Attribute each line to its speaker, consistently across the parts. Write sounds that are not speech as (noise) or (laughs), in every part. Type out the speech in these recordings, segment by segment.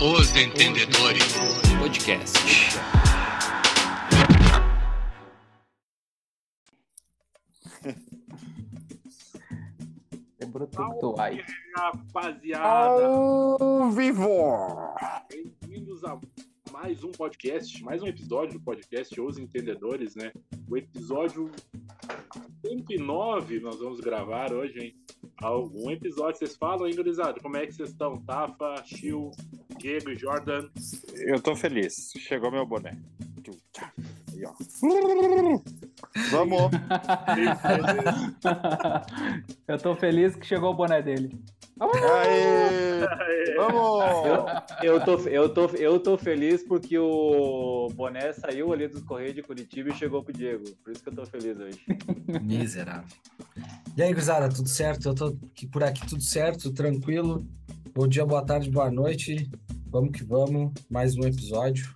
Speaker 1: Os Entendedores Podcast.
Speaker 2: Lembrou tudo do Ai.
Speaker 3: Rapaziada,
Speaker 4: Ao vivo!
Speaker 3: bem-vindos a mais um podcast, mais um episódio do podcast Os Entendedores, né? O episódio 109 nós vamos gravar hoje, hein? Algum episódio, vocês falam, hein, gurizada? Como é que vocês estão? Tafa, Chiu, Diego e Jordan.
Speaker 4: Eu tô feliz. Chegou meu boné. Tchum, tchá. Aí, ó. Vamos.
Speaker 2: Eu tô feliz que chegou o boné dele.
Speaker 4: Aê! Vamos!
Speaker 5: Eu tô, eu, tô, eu tô feliz porque o Boné saiu ali dos Correios de Curitiba e chegou pro Diego. Por isso que eu tô feliz hoje.
Speaker 6: Miserável. É. E aí, gurizada, tudo certo? Eu tô aqui- por aqui tudo certo, tranquilo. Bom dia, boa tarde, boa noite. Vamos que vamos. Mais um episódio.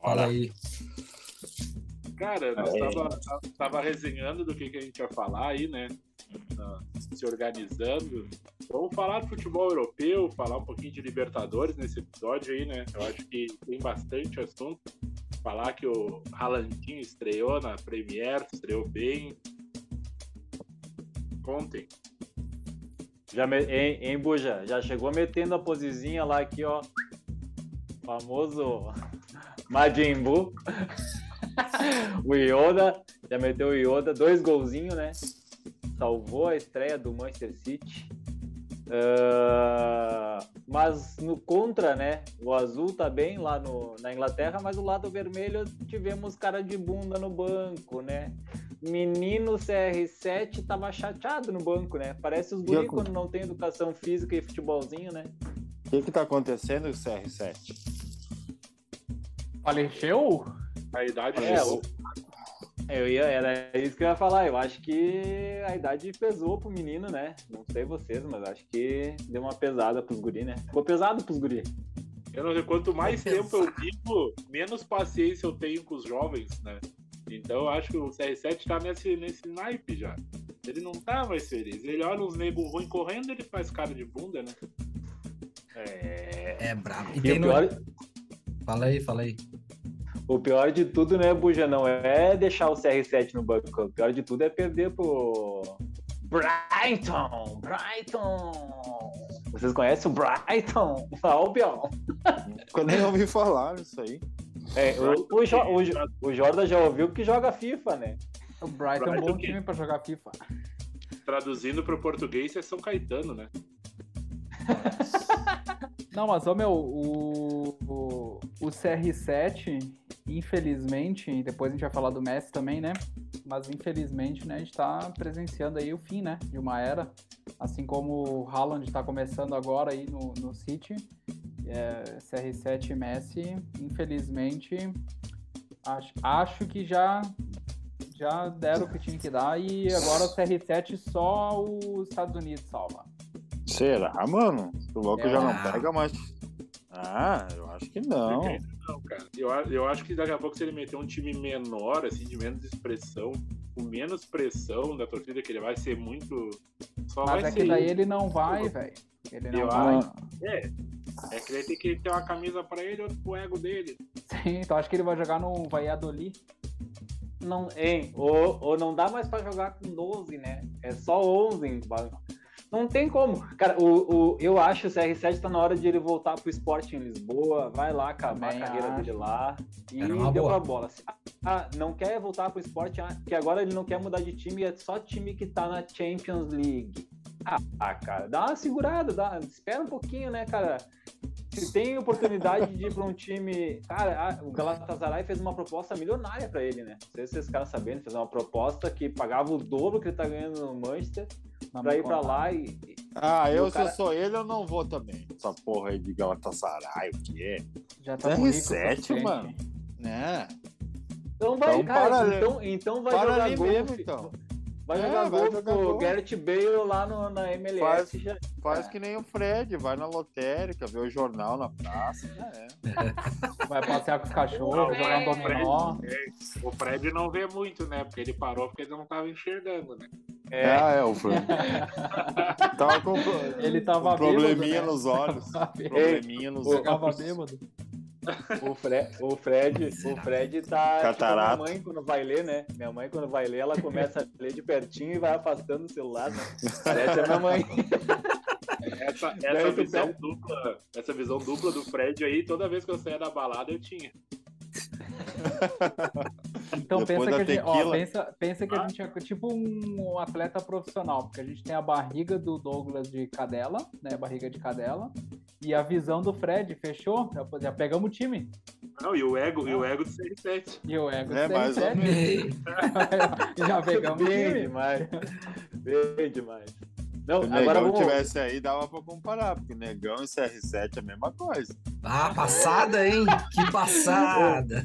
Speaker 6: Fala aí.
Speaker 5: Ah,
Speaker 3: Cara,
Speaker 5: é.
Speaker 3: nós tava, tava resenhando do que, que a gente ia falar aí, né? Ah, Se organizando. Vamos falar de futebol europeu, falar um pouquinho de Libertadores nesse episódio aí, né? Eu acho que tem bastante assunto. Falar que o Ralantinho estreou na Premier, estreou bem. Contem.
Speaker 5: Já me, hein, hein, Buja? Já chegou metendo a posezinha lá aqui, ó. Famoso Majin Buu. o Ioda. Já meteu o Ioda. Dois golzinhos, né? Salvou a estreia do Manchester City. Ah, mas no contra, né? O azul tá bem lá no, na Inglaterra, mas o lado vermelho tivemos cara de bunda no banco, né? Menino CR7 tava chateado no banco, né? Parece os
Speaker 4: E
Speaker 5: guri
Speaker 4: a-
Speaker 5: quando não tem educação física e futebolzinho, né?
Speaker 4: O que que tá acontecendo, CR7?
Speaker 2: Faleceu?
Speaker 3: A idade
Speaker 5: É, o- É, Eu ia, era isso que eu ia falar. Eu acho que a idade pesou pro menino, né? Não sei vocês, mas acho que deu uma pesada pros guri, né? Ficou pesado pros guri.
Speaker 3: Eu não sei, quanto mais tempo eu vivo, menos paciência eu tenho com os jovens, né? Então eu acho que o CR7 tá nesse, nesse naipe já. Ele não tá mais feliz. Ele olha uns nego ruim correndo, ele faz cara de bunda, né?
Speaker 5: É.
Speaker 6: É brabo. E,
Speaker 5: E
Speaker 6: tem
Speaker 5: o
Speaker 6: no-
Speaker 5: pior,
Speaker 6: Fala aí, fala aí. (laughs)
Speaker 5: o pior de tudo, né, Buja, não é deixar o CR7 no banco. O pior de tudo é perder pro Brighton! Brighton! Vocês conhecem o Brighton? (laughs) Albion!
Speaker 4: Eu nem ouvi falar isso aí.
Speaker 5: É, o, o, Jo- o Jo- o Jordan já ouviu que joga FIFA, né?
Speaker 2: O Brighton é um
Speaker 3: Brighton
Speaker 2: bom
Speaker 3: quem?
Speaker 2: time pra jogar FIFA.
Speaker 3: Traduzindo pro português é São Caetano, né?
Speaker 2: Não, mas, ô meu, o, o, o CR7, infelizmente, depois a gente vai falar do Messi também, né? Mas infelizmente, né, a gente tá presenciando aí o fim, né, de uma era. Assim como o Haaland tá começando agora aí no, no City, é, CR7 e Messi, infelizmente, acho, acho que já já deram o que tinha que dar e agora o CR7 só os Estados Unidos salva.
Speaker 4: Será, mano? O louco
Speaker 2: É.
Speaker 4: já não pega mais. Ah, eu acho que não.
Speaker 3: Não, cara. Eu, a- eu acho que daqui a pouco se ele meter um time menor, assim, de menos expressão, com menos pressão da torcida, que ele vai ser muito. Só
Speaker 2: Mas
Speaker 3: vai
Speaker 2: é
Speaker 3: ser
Speaker 2: que daí ele não vai, velho. Ele não
Speaker 3: Eu
Speaker 2: vai.
Speaker 4: acho.
Speaker 3: É que ele tem que ter uma camisa pra ele e outro pro ego dele.
Speaker 2: Sim, então acho que ele vai jogar no Valladolid.
Speaker 5: Não, hein? Ou, ou não dá mais pra jogar com 12, né? É só 11. em banco. Não tem como. Cara, o, o, eu acho que o CR7 tá na hora de ele voltar pro esporte em Lisboa. Vai lá acabar
Speaker 2: Também
Speaker 5: a carreira
Speaker 2: acho.
Speaker 5: dele lá. E
Speaker 6: Era uma
Speaker 5: deu
Speaker 6: boa.
Speaker 5: pra bola. Se- Ah, não quer voltar pro esporte, ah, que agora ele não quer mudar de time, é só time que tá na Champions League. Ah, cara, dá uma segurada, dá, espera um pouquinho, né, cara? Se tem oportunidade de ir pra um time. Cara, a- o Galatasaray fez uma proposta milionária pra ele, né? Não sei se vocês ficaram sabendo, fez uma proposta que pagava o dobro que ele tá ganhando no Manchester
Speaker 4: Tá
Speaker 2: Não
Speaker 5: pra
Speaker 2: me
Speaker 5: ir pra
Speaker 2: conta.
Speaker 5: lá e. e-
Speaker 4: Ah,
Speaker 5: E
Speaker 4: eu,
Speaker 5: o
Speaker 4: se
Speaker 5: cara-
Speaker 4: eu sou ele, eu não vou também. Essa porra aí de Galatasaray, o quê?
Speaker 2: Já
Speaker 4: É,
Speaker 2: tá com
Speaker 4: CR7, mano. Né?
Speaker 5: Então vai,
Speaker 4: Então,
Speaker 5: cara,
Speaker 4: para ali.
Speaker 5: então, então vai
Speaker 4: Para
Speaker 5: jogar
Speaker 4: ali
Speaker 5: gol.
Speaker 4: mesmo,
Speaker 5: fi-
Speaker 4: então.
Speaker 5: Vai
Speaker 4: É,
Speaker 5: jogar
Speaker 4: vai
Speaker 5: gol
Speaker 4: jogar
Speaker 5: pro
Speaker 4: gol.
Speaker 5: Garrett Bale lá no, na MLS.
Speaker 4: Faz-
Speaker 5: já-
Speaker 4: Faz
Speaker 2: É.
Speaker 4: que nem o Fred, vai na lotérica, vê o jornal na praça, já é.
Speaker 2: Vai passear com os cachorros, jogar um dominó.
Speaker 3: O Fred não vê muito, né? Porque ele parou porque ele não tava enxergando, né?
Speaker 5: É.
Speaker 4: Ah, é, o Fran.
Speaker 2: (laughs)
Speaker 4: tava com pro-
Speaker 2: Ele tava
Speaker 4: um probleminha
Speaker 2: bêbado, né?
Speaker 4: nos
Speaker 2: (laughs)
Speaker 4: olhos.
Speaker 2: Tava bêbado.
Speaker 4: Probleminha nos
Speaker 5: Ô,
Speaker 4: olhos.
Speaker 2: Tava bêbado.
Speaker 5: O, Fre o Fred, o Fred tá
Speaker 4: Catarata.
Speaker 5: minha mãe quando vai ler, né? Minha mãe quando vai ler, ela começa a ler de pertinho e vai afastando o celular. Né? Parece a minha (laughs) mãe.
Speaker 3: (laughs) Essa,
Speaker 5: Daí
Speaker 3: essa
Speaker 5: tu
Speaker 3: visão dupla, essa visão dupla do Fred aí, toda vez que eu saía da balada eu tinha.
Speaker 2: Então
Speaker 4: Depois
Speaker 2: pensa que,
Speaker 4: da
Speaker 2: a gente, ó,
Speaker 4: tequila.
Speaker 2: pensa, pensa
Speaker 5: Ah.
Speaker 2: que a gente é tipo um atleta profissional, porque a gente tem a barriga do Douglas de cadela, né? Barriga de cadela. E a visão do Fred, fechou? Já, já pegamos o time.
Speaker 3: Não, e o ego, e o ego do CR7.
Speaker 2: E o ego
Speaker 4: É,
Speaker 2: do
Speaker 4: mais ou
Speaker 2: CR7. Já
Speaker 5: (laughs)
Speaker 2: pegamos o
Speaker 5: Bem
Speaker 2: time.
Speaker 5: demais. Bem demais. Não,
Speaker 4: Se o
Speaker 5: agora
Speaker 4: Negão
Speaker 5: vamos...
Speaker 4: tivesse aí, dava pra comparar, porque Negão e CR7 é a mesma coisa.
Speaker 6: Ah, passada, hein? Que passada.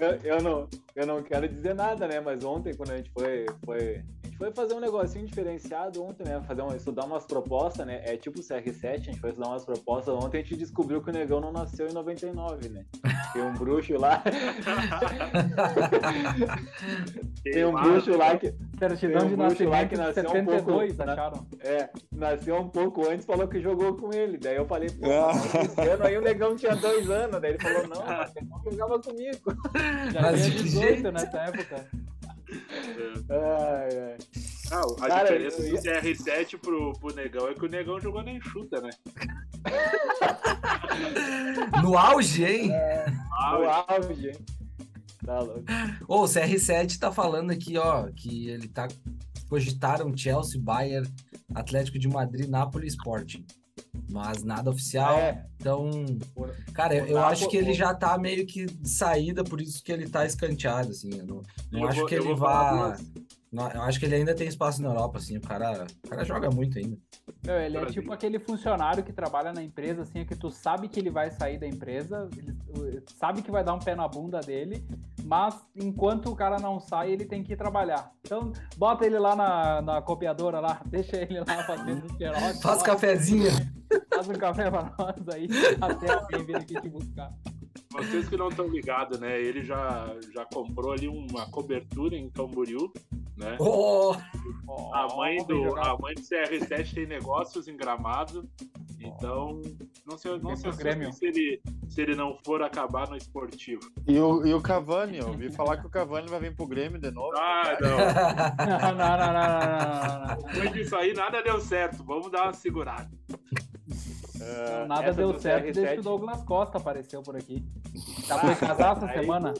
Speaker 5: Eu, eu não, eu não quero dizer nada, né? Mas ontem, quando a gente foi, foi. A gente foi fazer um negocinho diferenciado ontem, né? Fazer um, estudar umas propostas, né? É tipo o CR7, a gente foi estudar umas propostas ontem, a gente descobriu que o negão não nasceu em 99, né? Tem um bruxo (laughs) lá. Tem um bruxo lá que.
Speaker 2: Certidão
Speaker 5: Tem um
Speaker 2: de
Speaker 5: bruxo lá
Speaker 2: nascimento
Speaker 5: que
Speaker 2: de
Speaker 5: nasceu um
Speaker 2: 72,
Speaker 5: pouco, né?
Speaker 2: acharam?
Speaker 5: É, nasceu um pouco antes, falou que jogou com ele. Daí eu falei, pô,
Speaker 4: É.
Speaker 5: mas (laughs) esse ano aí o negão tinha dois anos. Daí ele falou, não, mas o negão jogava comigo.
Speaker 2: Já
Speaker 6: Mas
Speaker 2: tinha
Speaker 6: de
Speaker 2: 18
Speaker 6: jeito.
Speaker 2: é nessa época.
Speaker 5: Ai, ai.
Speaker 3: Não, a
Speaker 5: Cara,
Speaker 3: diferença
Speaker 5: eu-
Speaker 3: do CR7 pro, pro Negão é que o Negão jogou nem chuta, né?
Speaker 6: No auge, hein?
Speaker 5: No
Speaker 3: Ah,
Speaker 5: auge, hein? Tá louco.
Speaker 6: Ô, o CR7 tá falando aqui, ó, que ele tá. Cogitaram Chelsea, Bayern, Atlético de Madrid, Nápoles e Sporting. Mas nada oficial.
Speaker 5: É,
Speaker 6: Então, cara, eu, eu
Speaker 5: Napo-
Speaker 6: acho que ele já tá meio que de saída, por isso que ele tá escanteado, assim. Eu não, não
Speaker 3: Eu
Speaker 6: acho
Speaker 3: vou-
Speaker 6: que
Speaker 3: eu
Speaker 6: ele
Speaker 3: vou falar
Speaker 6: vá. não, eu acho que ele ainda tem espaço na Europa, assim. O cara, o cara joga muito ainda.
Speaker 2: Meu, ele é
Speaker 3: Brasil.
Speaker 2: tipo aquele funcionário que trabalha na empresa, assim, é que tu sabe que ele vai sair da empresa, ele uh, sabe que vai dar um pé na bunda dele, mas enquanto o cara não sai, ele tem que ir trabalhar. Então, bota ele lá na, na copiadora lá, (laughs) deixa ele lá fazendo um xerox.
Speaker 6: Faz
Speaker 2: lá,
Speaker 6: cafezinho.
Speaker 2: Faz um café pra nós
Speaker 6: (laughs)
Speaker 2: aí, até alguém vir aqui te buscar. (laughs)
Speaker 3: vocês que não estão ligados, né? Ele já, já comprou ali uma cobertura em Camboriú, né?
Speaker 6: Ô,
Speaker 2: Ó,
Speaker 3: A mãe,
Speaker 2: vamos
Speaker 3: do,
Speaker 2: jogar.
Speaker 3: a mãe do CR7 tem negócios em gramado, então não sei, não sei
Speaker 2: Grêmio, Grêmio.
Speaker 3: se, ele, se ele não for acabar no esportivo.
Speaker 4: E o, e o Cavani, eu ouvi falar que o Cavani vai vir pro Grêmio de novo.
Speaker 3: Ah, não.
Speaker 6: oh.
Speaker 2: Não, não, não, não, não, não, não, não.
Speaker 3: Depois disso aí, nada deu certo. Vamos dar uma segurada.
Speaker 5: ah,
Speaker 2: Nada
Speaker 5: essa
Speaker 2: deu
Speaker 5: do
Speaker 2: certo desde que
Speaker 5: CR7.
Speaker 2: o Douglas Costa apareceu por
Speaker 5: (laughs)
Speaker 2: aqui. Tá pra casar essa
Speaker 5: Ah, Aí-
Speaker 2: semana?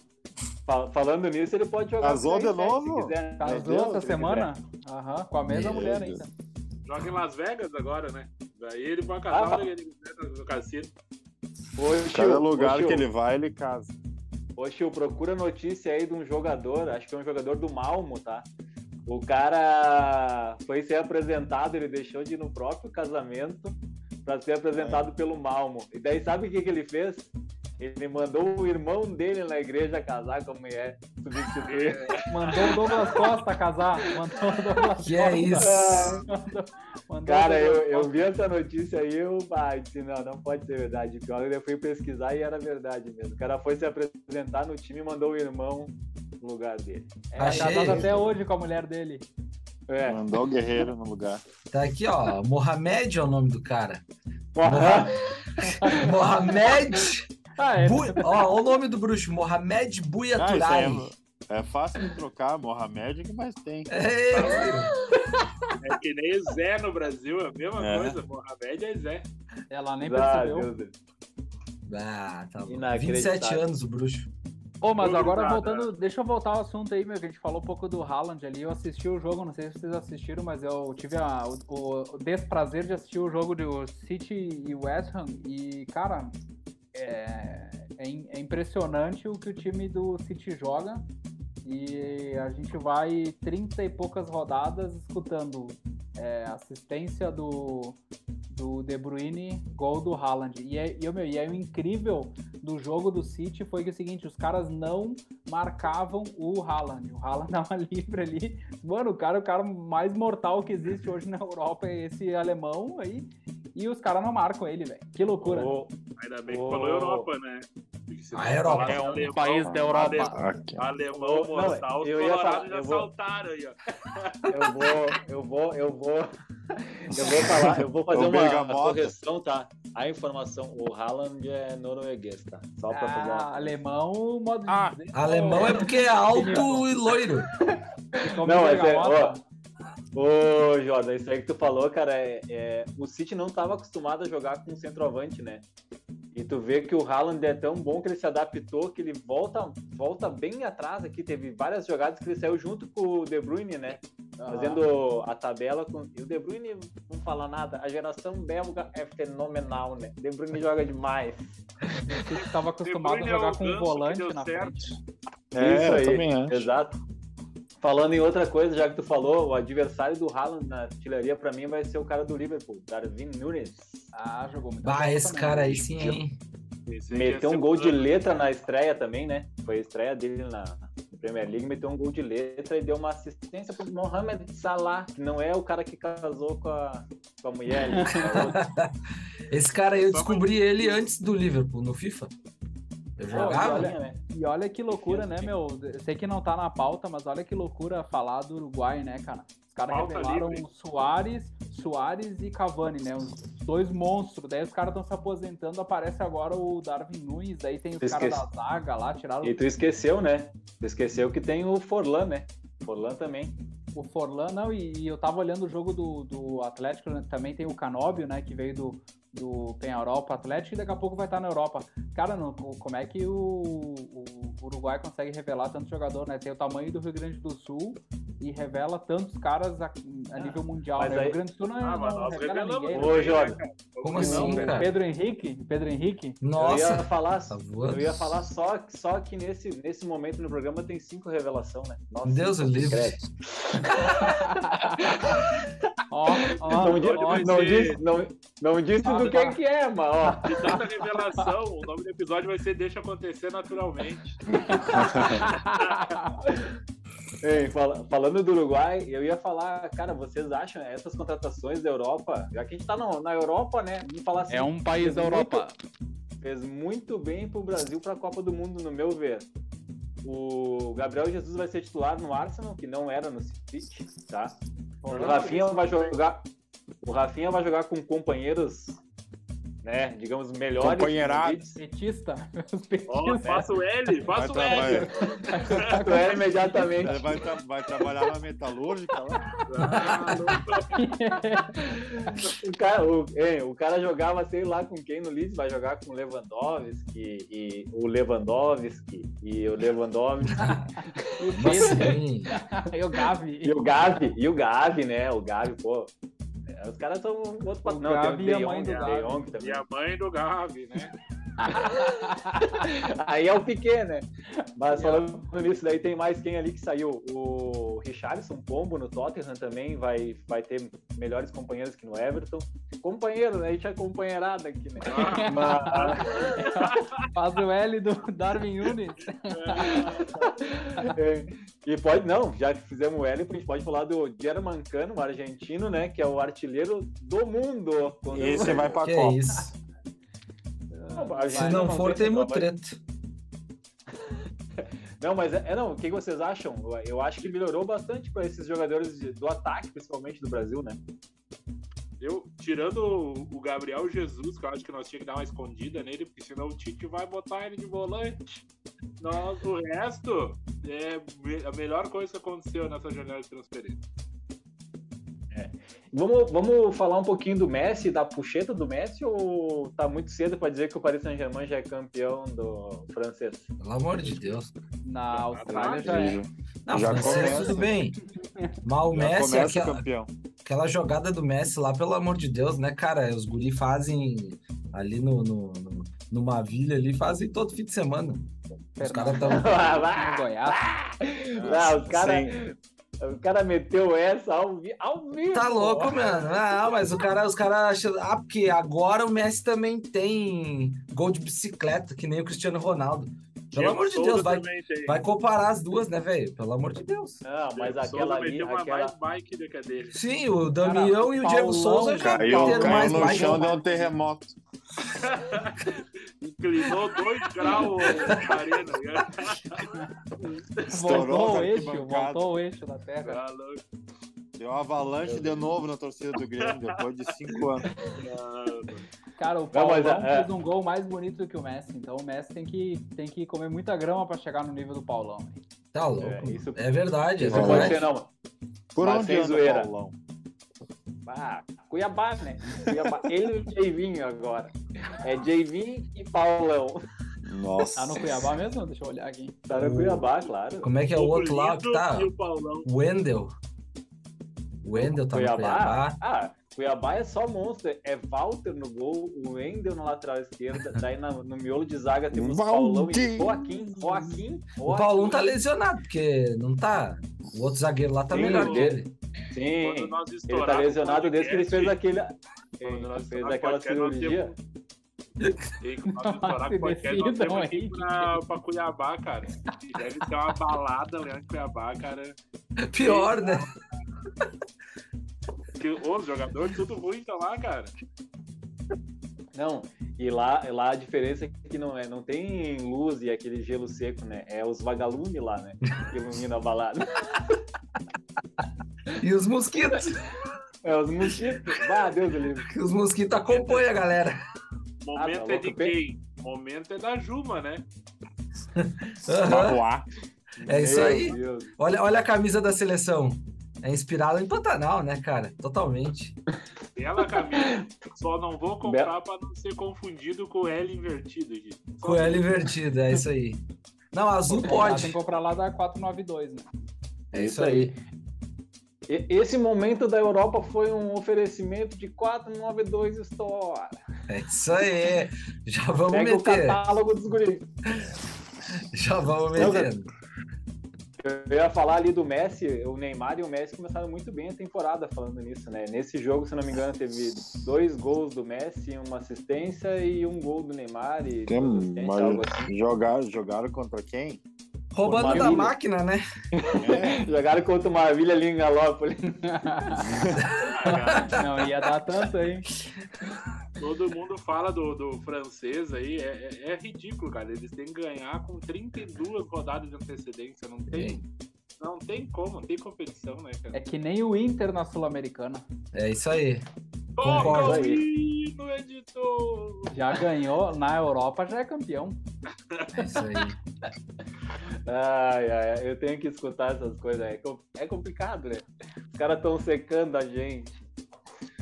Speaker 5: Fal- Falando nisso, ele pode jogar.
Speaker 4: Casou
Speaker 5: com o
Speaker 4: de
Speaker 5: CR7 se
Speaker 4: novo?
Speaker 5: quiser, né?
Speaker 4: Meu
Speaker 2: Casou
Speaker 4: Deus,
Speaker 2: essa
Speaker 5: se
Speaker 2: semana? Aham, com a mesma
Speaker 4: Meu
Speaker 2: mulher
Speaker 4: Deus.
Speaker 2: ainda.
Speaker 3: Joga em Las Vegas agora, né? Daí ele vai casar
Speaker 5: Ah,
Speaker 3: onde ele quiser no- no cassino.
Speaker 5: Hoje,
Speaker 4: Cada lugar que ele vai, ele casa.
Speaker 5: Oxil, procura notícia aí de um jogador, acho que é um jogador do Malmo, tá? O cara foi ser apresentado, ele deixou de ir no próprio casamento pra ser apresentado pelo Malmo. E daí sabe o que, que ele fez? Ele mandou o irmão dele na igreja casar com a mulher substituir.
Speaker 2: Mandou o Douglas Costa casar. Mandou o Douglas
Speaker 6: (laughs) Que é isso?
Speaker 2: Mandou- mandou o
Speaker 5: Cara, eu,
Speaker 2: Douglas
Speaker 5: eu
Speaker 2: Costa.
Speaker 5: vi essa notícia aí, eu bah, eu disse, não, não pode ser verdade. Pior, é eu fui pesquisar e era verdade mesmo. O cara foi se apresentar no time e mandou o irmão no lugar dele.
Speaker 2: É
Speaker 6: Achei.
Speaker 2: casado até hoje com a mulher dele.
Speaker 5: É.
Speaker 4: Mandou o Guerreiro no lugar.
Speaker 6: Tá aqui, ó. Mohamed é o nome do cara. Mohamed.
Speaker 2: Ah, é.
Speaker 6: Bu... Ó, ó o nome do bruxo. Mohamed
Speaker 4: Ah, isso
Speaker 6: Buyaturai.
Speaker 4: aí é, é fácil de trocar. Mohamed é que mais tem.
Speaker 6: É,
Speaker 3: É que nem Zé no Brasil, é a mesma
Speaker 5: né?
Speaker 4: É.
Speaker 3: coisa. Mohamed é Zé.
Speaker 2: Ela nem
Speaker 5: Ah,
Speaker 2: percebeu.
Speaker 5: meu Deus.
Speaker 6: Ah, tá bom.
Speaker 5: Inacreditável.
Speaker 6: 27 anos o bruxo.
Speaker 2: Ô, mas
Speaker 3: Obrigado.
Speaker 2: agora voltando, deixa eu voltar ao assunto aí, meu, que a gente falou um pouco do Haaland ali. Eu assisti o jogo, não sei se vocês assistiram, mas eu tive a- o, o desprazer de assistir o jogo do City e West Ham. E, cara, é, é im- é impressionante o que o time do City joga. E a gente vai 30 e poucas rodadas escutando é, assistência do, do De Bruyne, gol do Haaland. E é, e, ô, meu, e é o incrível do jogo do City foi que é o seguinte, os caras não marcavam o Haaland. O Haaland (laughs) tava livre ali. Mano, o cara, o cara mais mortal que existe hoje na Europa é esse alemão aí. E os caras não marcam ele, velho. Que loucura.
Speaker 5: Ô,
Speaker 3: Ainda bem que
Speaker 5: Ô.
Speaker 3: falou Europa, né? Porque se
Speaker 6: A
Speaker 3: não
Speaker 6: Europa.
Speaker 3: falasse
Speaker 7: É um
Speaker 3: alemão,
Speaker 7: país da Europa.
Speaker 3: Ale-
Speaker 4: Aqui, ó.
Speaker 3: Alemão,
Speaker 5: Não, é,
Speaker 3: mortal, os
Speaker 5: eu ia falar-
Speaker 3: colorados já
Speaker 5: eu vou-
Speaker 3: saltaram aí, ó.
Speaker 5: Eu vou, eu vou, eu vou. Eu vou falar, eu vou fazer
Speaker 4: É o
Speaker 5: uma
Speaker 4: bergamota.
Speaker 5: correção, tá? A informação, o Haaland é norueguês, tá? Só pra fazer.
Speaker 2: Ah,
Speaker 5: uma-
Speaker 2: alemão, o modo de
Speaker 7: Ah,
Speaker 2: dizer.
Speaker 6: Alemão é porque é alto e loiro.
Speaker 2: que come
Speaker 5: (laughs) Não, mas é. Ó,
Speaker 2: bergamota.
Speaker 5: ô, Jordan, isso aí que tu falou, cara, é, é- o City não tava acostumado a jogar com centroavante, né? E tu vê que o Haaland é tão bom que ele se adaptou, que ele volta, volta bem atrás aqui. Teve várias jogadas que ele saiu junto com o De Bruyne, né? Fazendo a tabela com. E o De Bruyne, não fala nada, a geração belga é fenomenal, né? De Bruyne joga demais.
Speaker 2: Você que tava acostumado a
Speaker 3: Bruyne é
Speaker 2: jogar
Speaker 3: o
Speaker 2: com
Speaker 3: ganso
Speaker 2: um
Speaker 3: que
Speaker 2: volante
Speaker 3: deu
Speaker 2: na
Speaker 3: certo.
Speaker 2: frente.
Speaker 5: Isso
Speaker 4: É,
Speaker 5: aí.
Speaker 4: eu também acho.
Speaker 5: Exato. Falando em outra coisa, já que tu falou, o adversário do Haaland na artilharia pra mim vai ser o cara do Liverpool, Darwin Nunes.
Speaker 2: Ah, jogou muito.
Speaker 6: Bah,
Speaker 2: bem
Speaker 6: esse
Speaker 5: Tá
Speaker 2: também.
Speaker 6: cara aí sim, hein?
Speaker 3: Esse aí é ia
Speaker 5: Meteu
Speaker 3: ser né?
Speaker 5: um gol de
Speaker 3: plano.
Speaker 5: letra na estreia também, né? Foi a estreia dele na Premier League, meteu um gol de letra e deu uma assistência pro Mohamed Salah, que não é o cara que casou com a, com a mulher. ali,
Speaker 6: (laughs)
Speaker 5: com a outra.
Speaker 6: Esse cara aí eu
Speaker 3: Só
Speaker 6: descobri ele antes do Liverpool, no FIFA. Eu
Speaker 5: Pô,
Speaker 6: jogava.
Speaker 5: olha, né?
Speaker 2: E olha que loucura, né, meu? Eu sei que não tá na pauta, mas olha que loucura falar do Uruguai, né, cara? Os caras
Speaker 3: Pauta
Speaker 2: revelaram
Speaker 3: livre.
Speaker 2: o Soares, Soares e Cavani, né? Os dois monstros. Daí os caras estão se aposentando, aparece agora o Darwin Nunes, daí tem os caras
Speaker 5: Esquece.
Speaker 2: da zaga lá, tiraram
Speaker 5: E tu esqueceu, né? Tu esqueceu que tem o Forlan, né? Forlan também.
Speaker 2: o Forlan, não, e, e eu tava olhando o jogo do, do Atlético, né, também tem o Canóbio, né, que veio do, do Penharol pro Atlético e daqui a pouco vai estar na Europa. Cara, não, co- como é que o, o Uruguai consegue revelar tanto jogador, né? Tem o tamanho do Rio Grande do Sul e revela tantos caras a, a nível mundial,
Speaker 5: mas
Speaker 2: né? O
Speaker 5: aí-
Speaker 2: Rio Grande do Sul não,
Speaker 3: Ah, mas
Speaker 2: não
Speaker 3: nós
Speaker 2: revela
Speaker 3: revelamos.
Speaker 2: ninguém.
Speaker 5: Ô,
Speaker 3: também, né,
Speaker 5: Jordan.
Speaker 3: cara?
Speaker 6: Como
Speaker 3: que não,
Speaker 6: assim,
Speaker 3: velho?
Speaker 6: cara?
Speaker 2: Pedro Henrique, Pedro Henrique,
Speaker 5: Eu ia
Speaker 6: Nossa,
Speaker 5: falar
Speaker 6: tá voando.
Speaker 5: Eu ia falar só, só que nesse, nesse momento no programa tem cinco revelação, né? Nossa,
Speaker 6: Deus o livre.
Speaker 5: credo.
Speaker 2: ó, ó,
Speaker 5: Não, di-
Speaker 3: pode mais
Speaker 5: não
Speaker 3: ser.
Speaker 5: disse, não, não disse
Speaker 2: Ah,
Speaker 5: do
Speaker 2: tá.
Speaker 5: que que é, mas ó.
Speaker 3: De tanta revelação, o nome do episódio vai ser Deixa Acontecer Naturalmente.
Speaker 5: Ei, fala- falando do Uruguai, eu ia falar, cara, vocês acham né, essas contratações da Europa, já que a gente tá no- na Europa, né? Vamos falar assim,
Speaker 7: É um país da Europa.
Speaker 5: fez muito bem pro Brasil pra Copa do Mundo, no meu ver. O Gabriel Jesus vai ser titular no Arsenal, que não era no City, tá? O Rafinha vai jogar. O Rafinha vai jogar com companheiros, né? Digamos, melhores.
Speaker 7: Companheirados.
Speaker 2: petista, (laughs) os
Speaker 3: Ó,
Speaker 2: petistas.
Speaker 3: faça o L,
Speaker 4: Vai,
Speaker 3: faça o
Speaker 4: trabalhar-
Speaker 3: L.
Speaker 5: Tu é imediatamente.
Speaker 4: (laughs) vai tra- vai trabalhar na metalúrgica lá?
Speaker 3: Ah, não.
Speaker 5: O cara, o, hein, o cara jogava, sei lá com quem no Leeds, vai jogar com o Lewandowski e o Lewandowski e o Lewandowski
Speaker 2: E o
Speaker 6: Como
Speaker 2: Pedro,
Speaker 6: assim?
Speaker 2: e o né? Gavi.
Speaker 5: e o Gavi, e o Gavi, né? O Gavi, pô. É, Os caras são outro pat- Não,
Speaker 2: Gavi e
Speaker 5: tem
Speaker 2: a
Speaker 5: o De
Speaker 2: mãe
Speaker 5: Jong,
Speaker 2: do
Speaker 5: o
Speaker 2: Gavi.
Speaker 5: De Jong
Speaker 3: E
Speaker 5: também.
Speaker 3: a mãe do Gavi, né?
Speaker 5: (laughs) Aí é o Piquet, né? Mas falando nisso, daí tem mais quem ali que saiu. O Richarlison Pombo no Tottenham também vai, vai ter melhores companheiros que no Everton. Companheiro, né? A gente é companheirada aqui, né?
Speaker 3: Ah,
Speaker 5: Mas,
Speaker 2: Faz o L do (laughs) Darwin Nunes.
Speaker 5: é, e pode, não, já que fizemos o L, a gente pode falar do Germancano, um argentino, né? Que é o artilheiro do mundo. Quando-
Speaker 4: Esse vai pra
Speaker 6: Que é
Speaker 4: Copa.
Speaker 6: isso?
Speaker 5: Não, a
Speaker 6: Se
Speaker 5: Argentina
Speaker 6: não for,
Speaker 5: tem
Speaker 6: tem muito
Speaker 5: centroavante.
Speaker 6: treta.
Speaker 5: Não, mas é, é, não, o que vocês acham? Eu- Eu acho que melhorou bastante para esses jogadores de- do ataque, principalmente do Brasil, né?
Speaker 3: Eu, tirando o- o Gabriel Jesus, que eu acho que nós tínhamos que dar uma escondida nele, porque senão o Tite vai botar ele de volante. Nós, o resto é me- a melhor coisa que aconteceu nessa janela de transferência.
Speaker 5: Vamos, vamos falar um pouquinho do Messi, da puxeta do Messi, ou tá muito cedo pra dizer que o Paris Saint-Germain já é campeão do francês? (laughs)
Speaker 6: Pelo amor de Deus.
Speaker 2: Na Austrália já é.
Speaker 6: Não,
Speaker 4: Já
Speaker 6: francês,
Speaker 4: começa.
Speaker 6: tudo bem. Mas o
Speaker 4: Já
Speaker 6: Messi, é
Speaker 4: começa
Speaker 6: aquela,
Speaker 4: campeão.
Speaker 6: aquela jogada do Messi lá, pelo amor de Deus, né, cara? Os guri fazem ali no, no, no- numa vilha ali, fazem todo fim de semana. Os caras estão.
Speaker 2: No Goiás.
Speaker 5: Ah, os cara,
Speaker 4: Sem-
Speaker 5: o cara meteu essa ao, vi- ao vivo.
Speaker 6: Tá louco, mano. Ah, mas o cara, os caras acham. Ah, porque agora o Messi também tem gol de bicicleta, que nem o Cristiano Ronaldo. Pelo
Speaker 3: Diego
Speaker 6: amor de
Speaker 3: Souza
Speaker 6: Deus, vai,
Speaker 3: também tem.
Speaker 6: vai comparar as duas, né, velho? Pelo amor de Deus.
Speaker 5: Não, mas
Speaker 3: Diego
Speaker 5: aquela
Speaker 3: Souza
Speaker 5: ali,
Speaker 3: meteu uma
Speaker 5: aquela...
Speaker 3: mais bike do que a dele.
Speaker 6: Sim, o Damião e o Diego
Speaker 2: Paulão,
Speaker 6: Souza já
Speaker 4: Caiu,
Speaker 6: bateram
Speaker 4: caiu
Speaker 6: mais
Speaker 4: no
Speaker 6: baixo.
Speaker 4: chão, deu um terremoto.
Speaker 3: Inclinou dois graus a arena.
Speaker 5: (laughs)
Speaker 3: né?
Speaker 4: Estourou
Speaker 2: Voltou
Speaker 4: na
Speaker 2: o eixo,
Speaker 4: arquibancada.
Speaker 2: voltou o eixo da terra.
Speaker 3: Tá louco.
Speaker 4: Deu uma avalanche de novo na torcida do Grêmio, depois de cinco anos.
Speaker 2: Cara, o
Speaker 5: Não,
Speaker 2: Paulão
Speaker 5: mas, é-
Speaker 2: fez um gol mais bonito do que o Messi, então o Messi tem que, tem que comer muita grama pra chegar no nível do Paulão.
Speaker 6: Tá louco.
Speaker 5: É,
Speaker 6: mano.
Speaker 5: isso-
Speaker 6: É verdade, é
Speaker 5: Isso pode
Speaker 6: verdade.
Speaker 5: ser, não.
Speaker 4: Por
Speaker 5: Mas
Speaker 4: onde
Speaker 5: sem
Speaker 4: anda o
Speaker 5: zoeira.
Speaker 4: Paulão?
Speaker 5: Ah, Cuiabá, né? Cuiabá. Ele e o Jeivinho agora. É Jeivinho e Paulão.
Speaker 4: Nossa.
Speaker 2: Tá no
Speaker 5: (laughs)
Speaker 2: Cuiabá mesmo? Deixa eu olhar aqui.
Speaker 5: Tá no
Speaker 6: O-
Speaker 5: Cuiabá, claro.
Speaker 6: Como é que é o outro lá que
Speaker 3: Lindo
Speaker 6: tá?
Speaker 3: E o Paulão.
Speaker 6: Wendel. Wendel tá no
Speaker 5: Cuiabá?
Speaker 6: Cuiabá.
Speaker 5: Ah, Cuiabá é só monstro. É Walter no gol, o Wendel na lateral esquerda. Daí na- no miolo de zaga temos Paulão
Speaker 4: Valdir.
Speaker 5: e Joaquim. Joaquim.
Speaker 6: O Paulão tá lesionado, porque não tá. O outro zagueiro lá tá
Speaker 5: Sim,
Speaker 6: melhor
Speaker 3: o-
Speaker 6: que ele.
Speaker 5: Sim.
Speaker 3: Quando nós
Speaker 5: Ele
Speaker 3: estourarmos
Speaker 5: tá
Speaker 3: o
Speaker 5: lesionado desde que ele fez
Speaker 3: podcast,
Speaker 5: aquele.
Speaker 3: Quando
Speaker 5: Ele
Speaker 3: nós
Speaker 5: fez
Speaker 3: estourarmos o
Speaker 5: aquela
Speaker 3: podcast, nós
Speaker 5: cirurgia.
Speaker 3: Tem
Speaker 5: (laughs)
Speaker 3: que estourar com qualquer nós
Speaker 2: decidam
Speaker 3: temos que
Speaker 2: aí,
Speaker 3: ir pra, pra Cuiabá, cara. Deve ter uma balada lá em Cuiabá, cara.
Speaker 6: Pior, né?
Speaker 3: Que, ô, jogador, tudo ruim tá lá, cara.
Speaker 5: Não, e lá, lá a diferença é que não, é, não tem luz e aquele gelo seco, né? É os vagalumes lá, né? Que ilumina a balada. (laughs)
Speaker 6: E os mosquitos.
Speaker 5: É os mosquitos. Ah, Deus do livro.
Speaker 6: Os mosquitos acompanham a galera.
Speaker 3: Momento
Speaker 5: Ah, tá
Speaker 3: é de
Speaker 5: louco, bem.
Speaker 3: quem? Momento é da Juma, né?
Speaker 6: Aham.
Speaker 4: Magoá.
Speaker 6: É isso aí.
Speaker 5: Meu Deus.
Speaker 6: Olha, olha a camisa da seleção. É inspirada em Pantanal, né, cara? Totalmente.
Speaker 3: Bela camisa. Só não vou comprar pra não ser confundido com o L invertido
Speaker 5: (laughs)
Speaker 3: aqui.
Speaker 6: Com ela invertida, é isso aí. Não, azul
Speaker 2: Ah, Tem que
Speaker 6: pode.
Speaker 2: comprar lá da 492, né?
Speaker 6: É isso aí.
Speaker 5: E- Esse momento da Europa foi um oferecimento de 492 Store.
Speaker 6: É isso aí. Já vamos
Speaker 5: Pega o
Speaker 6: meter.
Speaker 5: catálogo dos guris.
Speaker 6: Já vamos
Speaker 5: Não,
Speaker 6: metendo.
Speaker 5: Eu ia falar ali do Messi, o Neymar e o Messi começaram muito bem a temporada falando nisso, né? Nesse jogo, se não me engano, teve dois gols do Messi, uma assistência e um gol do Neymar e
Speaker 4: Tem,
Speaker 5: duas assistências,
Speaker 4: mas-
Speaker 5: algo assim.
Speaker 4: Jogar, jogaram contra quem?
Speaker 6: Roubando da
Speaker 5: Maravilha.
Speaker 6: máquina, né?
Speaker 4: É,
Speaker 5: assim. (laughs) Jogaram contra o Maravilha ali em Galópolis.
Speaker 2: Não ia dar tanto, hein?
Speaker 3: Todo mundo fala do, do francês aí. É, é- é ridículo, cara. Eles têm que ganhar com 32 rodadas de antecedência. Não tem, não tem como, não tem competição, né, cara?
Speaker 2: É que nem o Inter na Sul-Americana.
Speaker 6: É isso aí.
Speaker 3: Toca
Speaker 6: concordo.
Speaker 3: o hino, editor!
Speaker 2: Já ganhou, na Europa já é campeão.
Speaker 6: É isso aí.
Speaker 5: Ai, ai, ai, eu tenho que escutar essas coisas. É, com- é complicado, né? Os caras estão secando a gente.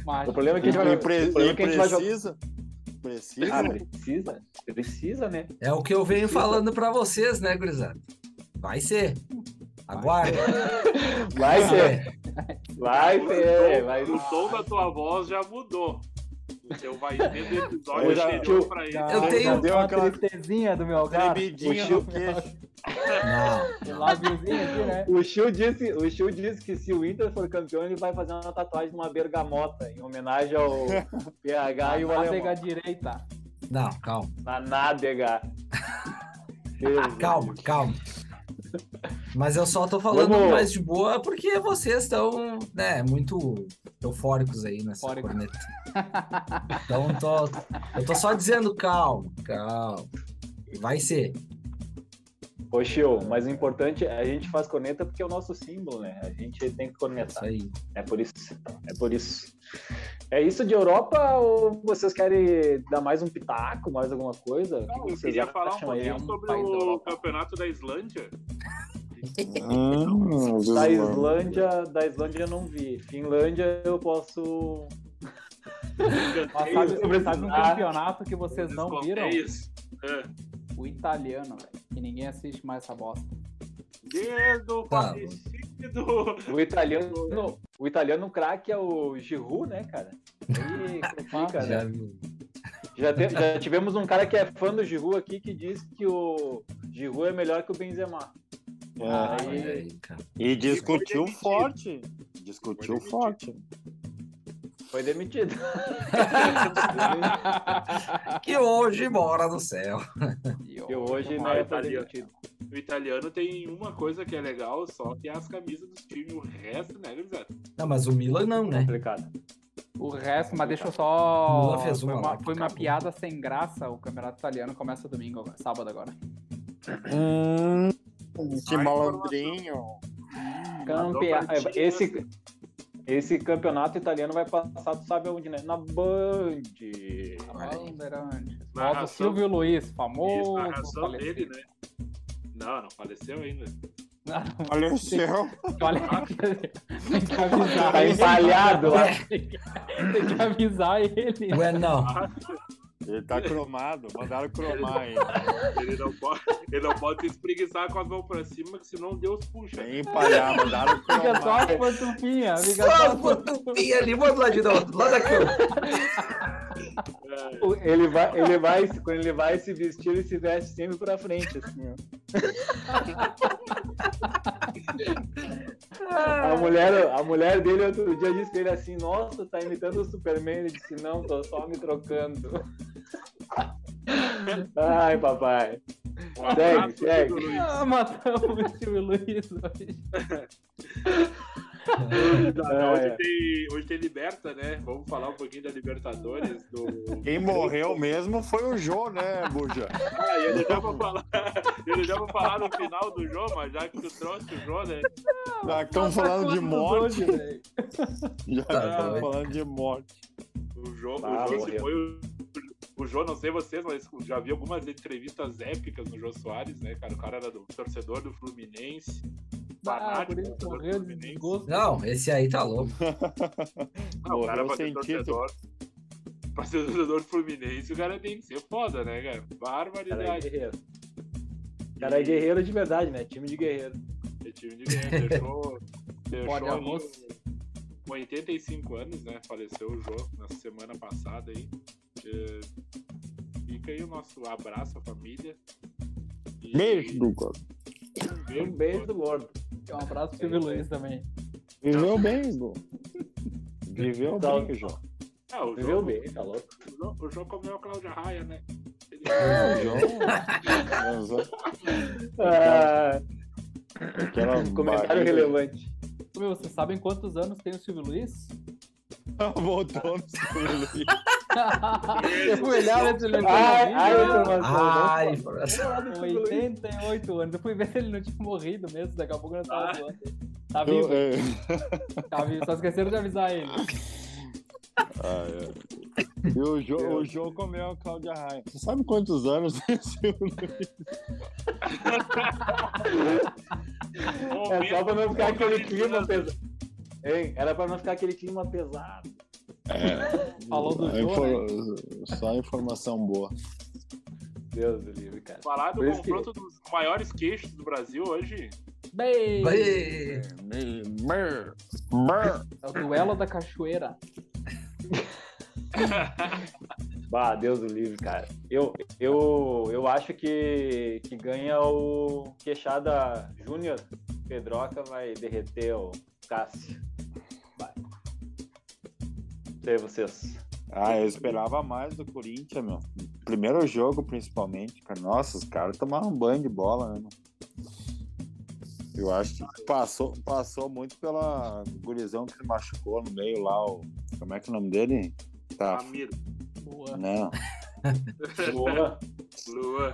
Speaker 2: Mas
Speaker 5: O problema é que a gente vai,
Speaker 4: E,
Speaker 5: o
Speaker 4: pre-
Speaker 5: problema é
Speaker 4: e
Speaker 5: que a gente vai jogar.
Speaker 4: precisa. Precisa.
Speaker 5: Ah, precisa? Precisa, né?
Speaker 6: É o que eu venho falando pra vocês, né, gurizada? Vai ser. Aguarda.
Speaker 5: Vai ser,
Speaker 6: É.
Speaker 5: vai ser, é, vai
Speaker 3: O
Speaker 5: ser.
Speaker 3: tom da tua voz já mudou. O teu vai ter do episódio
Speaker 5: Eu já-
Speaker 3: anterior pra ele.
Speaker 6: Eu tenho-
Speaker 2: já deu
Speaker 4: Deu
Speaker 2: uma
Speaker 4: aquela
Speaker 2: tristezinha do meu gato.
Speaker 4: Tremidinha
Speaker 5: Puxou-
Speaker 4: no queixo.
Speaker 6: Não.
Speaker 2: O lábiozinho aqui, né?
Speaker 5: O Chiu disse, o Chiu disse que se o Inter for campeão, ele vai fazer uma tatuagem de uma bergamota, em homenagem ao PH e o
Speaker 2: Na
Speaker 5: Alemão.
Speaker 2: nádega direita.
Speaker 6: Não, calma.
Speaker 5: Na nádega. Deus,
Speaker 6: Calma, calma. Mas eu só tô falando
Speaker 5: Vamos.
Speaker 6: mais de boa porque vocês estão, né, muito eufóricos aí nessa
Speaker 2: Eufórico.
Speaker 6: corneta. Então tô, eu tô só dizendo calma, calma. Vai ser.
Speaker 5: Ô, Chiu, mas o importante é a gente faz corneta porque é o nosso símbolo, né? A gente tem que
Speaker 6: Isso
Speaker 5: cornetar.
Speaker 6: aí.
Speaker 5: É por isso. É por isso. É isso de Europa ou vocês querem dar mais um pitaco, mais alguma coisa? O que
Speaker 3: Não, eu
Speaker 5: vocês
Speaker 3: queria
Speaker 5: acham
Speaker 3: falar um
Speaker 5: aí?
Speaker 3: pouquinho sobre
Speaker 5: País da
Speaker 3: o
Speaker 5: Europa.
Speaker 3: campeonato da Islândia.
Speaker 4: Hum, os
Speaker 5: Da
Speaker 4: islandeses.
Speaker 5: Islândia, da Islândia eu não vi. Finlândia eu posso.
Speaker 2: Mas
Speaker 3: Escanteios,
Speaker 2: sabe, sabe um
Speaker 5: Ah.
Speaker 2: campeonato que vocês não viram?
Speaker 3: escanteios. Ah,
Speaker 2: O italiano, velho. Que ninguém assiste mais essa bosta.
Speaker 3: Dedo
Speaker 6: Tá.
Speaker 3: falecido.
Speaker 5: O italiano, o italiano craque é o Giroud, né, cara? Aí complica, né?
Speaker 6: Já viu.
Speaker 5: Já, te- já tivemos um cara que é fã do Giroud aqui que diz que o Giroud é melhor que o Benzema.
Speaker 4: É.
Speaker 6: Olha aí, cara.
Speaker 4: E discutiu
Speaker 3: E foi demitido.
Speaker 4: forte. Discutiu
Speaker 3: Foi demitido.
Speaker 4: forte.
Speaker 5: Foi (laughs) demitido.
Speaker 6: Que hoje mora no céu.
Speaker 5: E hoje
Speaker 3: Ah,
Speaker 5: né, foi
Speaker 3: italiano.
Speaker 5: demitido.
Speaker 3: O italiano tem uma coisa que é legal, só que é as camisas dos times. O resto, né, gurizada?
Speaker 5: (laughs)
Speaker 6: Não, mas o Milan não, né?
Speaker 5: Complicado.
Speaker 2: O resto, mas deixa eu só.
Speaker 6: Milan fez
Speaker 2: foi
Speaker 6: uma lá
Speaker 2: uma,
Speaker 6: que
Speaker 2: foi uma
Speaker 6: acabou.
Speaker 2: piada sem graça. O campeonato italiano começa domingo, agora, sábado agora.
Speaker 4: Que malandrinho.
Speaker 5: Campea...
Speaker 3: Mandou pra ti,
Speaker 5: Esse, esse campeonato italiano vai passar, tu sabe onde, né? Na Band.
Speaker 2: Bandeirantes. Volta o
Speaker 3: Narração-
Speaker 2: Silvio Luiz, famoso.
Speaker 3: Isso, narração
Speaker 2: falecido.
Speaker 3: dele, né? Não, não faleceu ainda.
Speaker 2: Não,
Speaker 4: Faleceu.
Speaker 2: olha, tem que avisar
Speaker 5: Tá
Speaker 2: ele.
Speaker 5: empalhado lá.
Speaker 2: Tem que avisar ele.
Speaker 6: Ué, É. não.
Speaker 4: Ele tá cromado. Mandaram cromar ele.
Speaker 3: Ele não pode, (laughs) ele não pode se espreguiçar com as mãos pra cima, que senão Deus puxa.
Speaker 4: Vem empalhar. Mandaram
Speaker 2: Fica só assim.
Speaker 4: cromar.
Speaker 2: as pantufinhas. Fica
Speaker 6: é Só
Speaker 2: só
Speaker 6: a fotopinha ali, bota lá de novo, lá da cama.
Speaker 3: É,
Speaker 5: Ele vai, ele vai, quando ele vai se vestir, ele se veste sempre pra frente, assim, ó. A mulher, a mulher dele outro dia disse pra ele assim, nossa, tá imitando o Superman. Ele disse, não, tô só me trocando. Ai, papai.
Speaker 3: um
Speaker 5: Segue,
Speaker 3: abraço,
Speaker 5: segue.
Speaker 3: Silvio Luiz.
Speaker 2: Ah, matamos o Silvio Luiz hoje.
Speaker 3: Não,
Speaker 5: É.
Speaker 3: hoje, tem, hoje tem Liberta, né? Vamos falar um pouquinho da Libertadores. Do...
Speaker 4: Quem morreu mesmo foi o Jô, né, Buja?
Speaker 3: Ah, eu já vou falar, (laughs) eu já vou falar no final do jogo, mas já que tu trouxe o jogo, né?
Speaker 4: Já que estão falando de morte. (laughs) Já que
Speaker 6: Tá,
Speaker 4: estão
Speaker 6: tá.
Speaker 4: falando de morte.
Speaker 3: O jogo,
Speaker 5: Ah,
Speaker 3: o jogo
Speaker 5: morreu.
Speaker 3: se foi o. O Jô, não sei vocês, mas já vi algumas entrevistas épicas no Jô Soares, né, cara? O cara era do torcedor do Fluminense.
Speaker 2: Ah,
Speaker 3: fanático,
Speaker 2: por isso
Speaker 3: torcedor do
Speaker 2: morreu de
Speaker 3: Fluminense.
Speaker 2: desgosto.
Speaker 6: Não, esse aí tá louco.
Speaker 3: Não, Ah, o cara
Speaker 4: Morreu
Speaker 3: pra ser
Speaker 4: sem título.
Speaker 3: torcedor. Pra ser torcedor do Fluminense, o cara tem que ser foda, né, cara?
Speaker 5: Cara é
Speaker 3: Barbaridade.
Speaker 5: guerreiro. Cara é guerreiro de verdade, né? Time de guerreiro.
Speaker 3: É time de guerra. Deixou. deixou
Speaker 2: Olha,
Speaker 3: ali
Speaker 2: moço.
Speaker 3: com 85 anos, né? Faleceu o Jô na semana passada aí. É, Fica aí o nosso abraço à família. E-
Speaker 4: Beijo, Douglas.
Speaker 3: Um
Speaker 5: Um beijo do gordo.
Speaker 2: Um abraço pro Silvio Luiz também.
Speaker 4: Viveu bem, Douglas. Viveu
Speaker 5: Tá.
Speaker 4: bem, Jô.
Speaker 3: Ah, o
Speaker 5: Viveu
Speaker 3: Jô,
Speaker 5: bem, tá louco?
Speaker 3: O Jô, o Jô comeu a Cláudia Raia, né? Ele-
Speaker 6: É,
Speaker 5: É.
Speaker 4: Jô.
Speaker 5: Ah,
Speaker 4: Aquela
Speaker 5: comentário
Speaker 4: barriga.
Speaker 5: relevante.
Speaker 2: Meu, vocês sabem quantos anos tem o Silvio Luiz?
Speaker 4: Voltou no (laughs) celular.
Speaker 2: Eu olhava esse lembro.
Speaker 5: Ai, ai,
Speaker 6: tá
Speaker 5: informação.
Speaker 6: Ai,
Speaker 5: Vamos falar do Silvio Luiz.
Speaker 2: 88 anos. Eu fui ver se ele não tinha morrido mesmo. Daqui a pouco eu não tava
Speaker 3: Ah.
Speaker 2: zoando. Tá
Speaker 4: Eu-
Speaker 2: vivo,
Speaker 4: é.
Speaker 2: tá vivo. Só esqueceram de avisar ele.
Speaker 4: Ah, é. E o Jô, o Jô comeu a Cláudia Raia. Você sabe quantos anos (laughs) tem o Silvio
Speaker 5: É só pra não ficar aquele clima
Speaker 3: Momento-
Speaker 5: pesado. Hein? Era pra não ficar aquele clima pesado.
Speaker 2: Falou do né?
Speaker 4: Só
Speaker 2: Jô,
Speaker 4: infor- é? Só informação boa.
Speaker 5: Deus do livre, cara.
Speaker 3: Falar do
Speaker 5: Por isso que-
Speaker 3: confronto dos maiores queixos do Brasil hoje.
Speaker 2: Bem,
Speaker 6: Ih,
Speaker 2: é o duelo da cachoeira.
Speaker 5: Bah, Deus do livre, cara. Eu, eu, eu acho que, que ganha o Queixada Júnior. Pedroca vai derreter o Cássio. Vai. Não sei vocês.
Speaker 4: Ah, eu esperava mais do Corinthians, meu. Primeiro jogo, principalmente, cara. Nossa, os caras tomaram um banho de bola, né, meu? Eu acho que passou, passou muito pela gurizão que se machucou no meio lá, o... Como é que é o nome dele? Tá, né?
Speaker 3: Ramiro,
Speaker 2: Boa.
Speaker 4: não.
Speaker 5: Boa.
Speaker 3: Luan.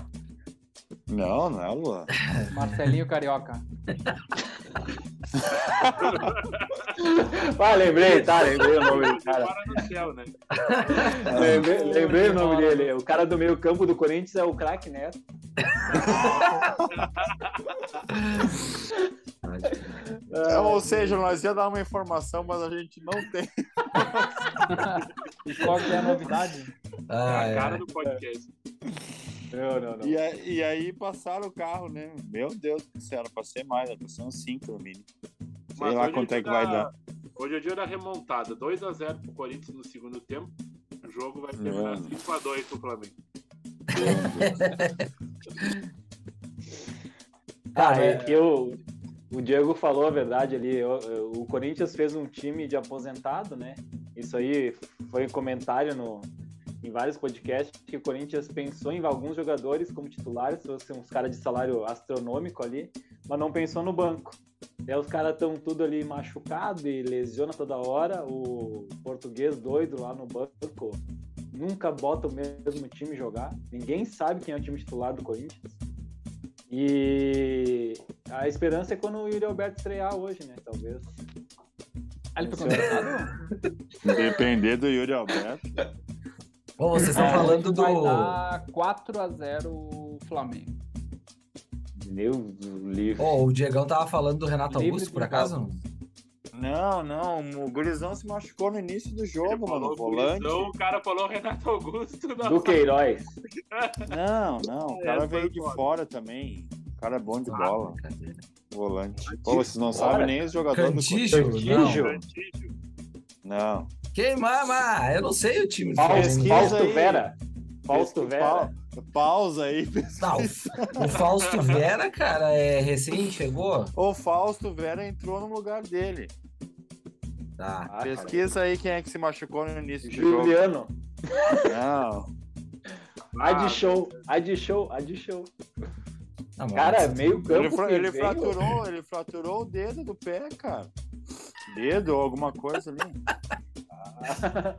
Speaker 4: Não, não é o Luan.
Speaker 2: Marcelinho Carioca.
Speaker 5: Ah, lembrei, tá, lembrei o nome do cara.
Speaker 3: Para no céu, né?
Speaker 5: Lembrei, lembrei o nome dele. O cara do meio campo do Corinthians é o craque Neto.
Speaker 4: É, Ou seja, nós ia dar uma informação, mas a gente não tem.
Speaker 2: E qual que é a novidade?
Speaker 6: Ah,
Speaker 3: a cara
Speaker 6: é.
Speaker 3: do podcast.
Speaker 5: Não, não, não.
Speaker 4: E, a- e aí passaram o carro, né? Meu Deus do céu, era pra ser mais, era pra ser uns 5 no mínimo. Sei
Speaker 3: Mas
Speaker 4: lá
Speaker 3: hoje
Speaker 4: quanto é
Speaker 3: dia
Speaker 4: que vai
Speaker 3: da-
Speaker 4: dar.
Speaker 3: Hoje é dia da remontada. 2x0 pro Corinthians no segundo tempo. O jogo vai terminar
Speaker 4: Mano.
Speaker 3: 5x2 pro Flamengo.
Speaker 5: Ah, é, eu, o Diego falou a verdade ali. eu- eu- o Corinthians fez um time de aposentado, né? Isso aí foi um comentário no, em vários podcasts que o Corinthians pensou em alguns jogadores como titulares, trouxe uns caras de salário astronômico ali, mas não pensou no banco. Daí os caras estão tudo ali machucado e lesiona toda hora. O português doido lá no banco nunca bota o mesmo time jogar. Ninguém sabe quem é o time titular do Corinthians. E a esperança é quando o Yuri Alberto estrear hoje, né? Talvez. tá
Speaker 2: Ah, ele foi contratado?
Speaker 4: Depender do Yuri Alberto.
Speaker 6: Bom, vocês estão
Speaker 2: Ah,
Speaker 6: falando
Speaker 2: hoje
Speaker 6: do.
Speaker 2: Vai dar 4x0 o Flamengo.
Speaker 5: Meu livro.
Speaker 6: Ó, o Diegão tava falando do Renato
Speaker 2: Livre
Speaker 6: Augusto,
Speaker 2: de
Speaker 6: por acaso? não?
Speaker 4: Não, não. O Gurizão se machucou no início do jogo, mano.
Speaker 3: falou
Speaker 4: O volante.
Speaker 3: Gurizão, o cara falou Renato Augusto. Não.
Speaker 5: Do
Speaker 2: tá-
Speaker 5: Queiroz.
Speaker 4: Não, não. O
Speaker 3: É,
Speaker 4: cara
Speaker 3: foi
Speaker 4: veio de
Speaker 3: foda.
Speaker 4: fora também. O cara é bom de
Speaker 6: Ah,
Speaker 4: bola.
Speaker 6: brincadeira.
Speaker 4: Volante. Pô, vocês não sabem
Speaker 5: Fora.
Speaker 4: nem os jogadores do Corinthians.
Speaker 6: Cantígio?
Speaker 5: Cantígio.
Speaker 6: Não.
Speaker 3: Cantígio.
Speaker 4: Não.
Speaker 6: Quem mama? Eu não sei o time. do
Speaker 5: Fausto,
Speaker 4: Pesquisa
Speaker 5: Fausto
Speaker 4: aí.
Speaker 5: Vera. Fausto
Speaker 4: Esse-
Speaker 5: Vera.
Speaker 4: pa- Pausa aí, (laughs)
Speaker 6: Não, tá, o Fausto Vera, cara, é recém chegou?
Speaker 4: O Fausto Vera entrou no lugar dele.
Speaker 6: Tá.
Speaker 5: Ah, cara.
Speaker 4: Pesquisa aí quem é que se machucou no início do jogo.
Speaker 5: Juliano.
Speaker 4: Não.
Speaker 5: Ai
Speaker 2: Ah.
Speaker 5: de show. Ai de show. Ai de show.
Speaker 6: Não, mas
Speaker 5: Cara,
Speaker 6: você-
Speaker 5: meio campo. assim,
Speaker 4: Ele, fra-
Speaker 5: que
Speaker 4: ele
Speaker 5: veio.
Speaker 4: fraturou, ele fraturou o dedo do pé, cara. Dedo ou alguma coisa ali.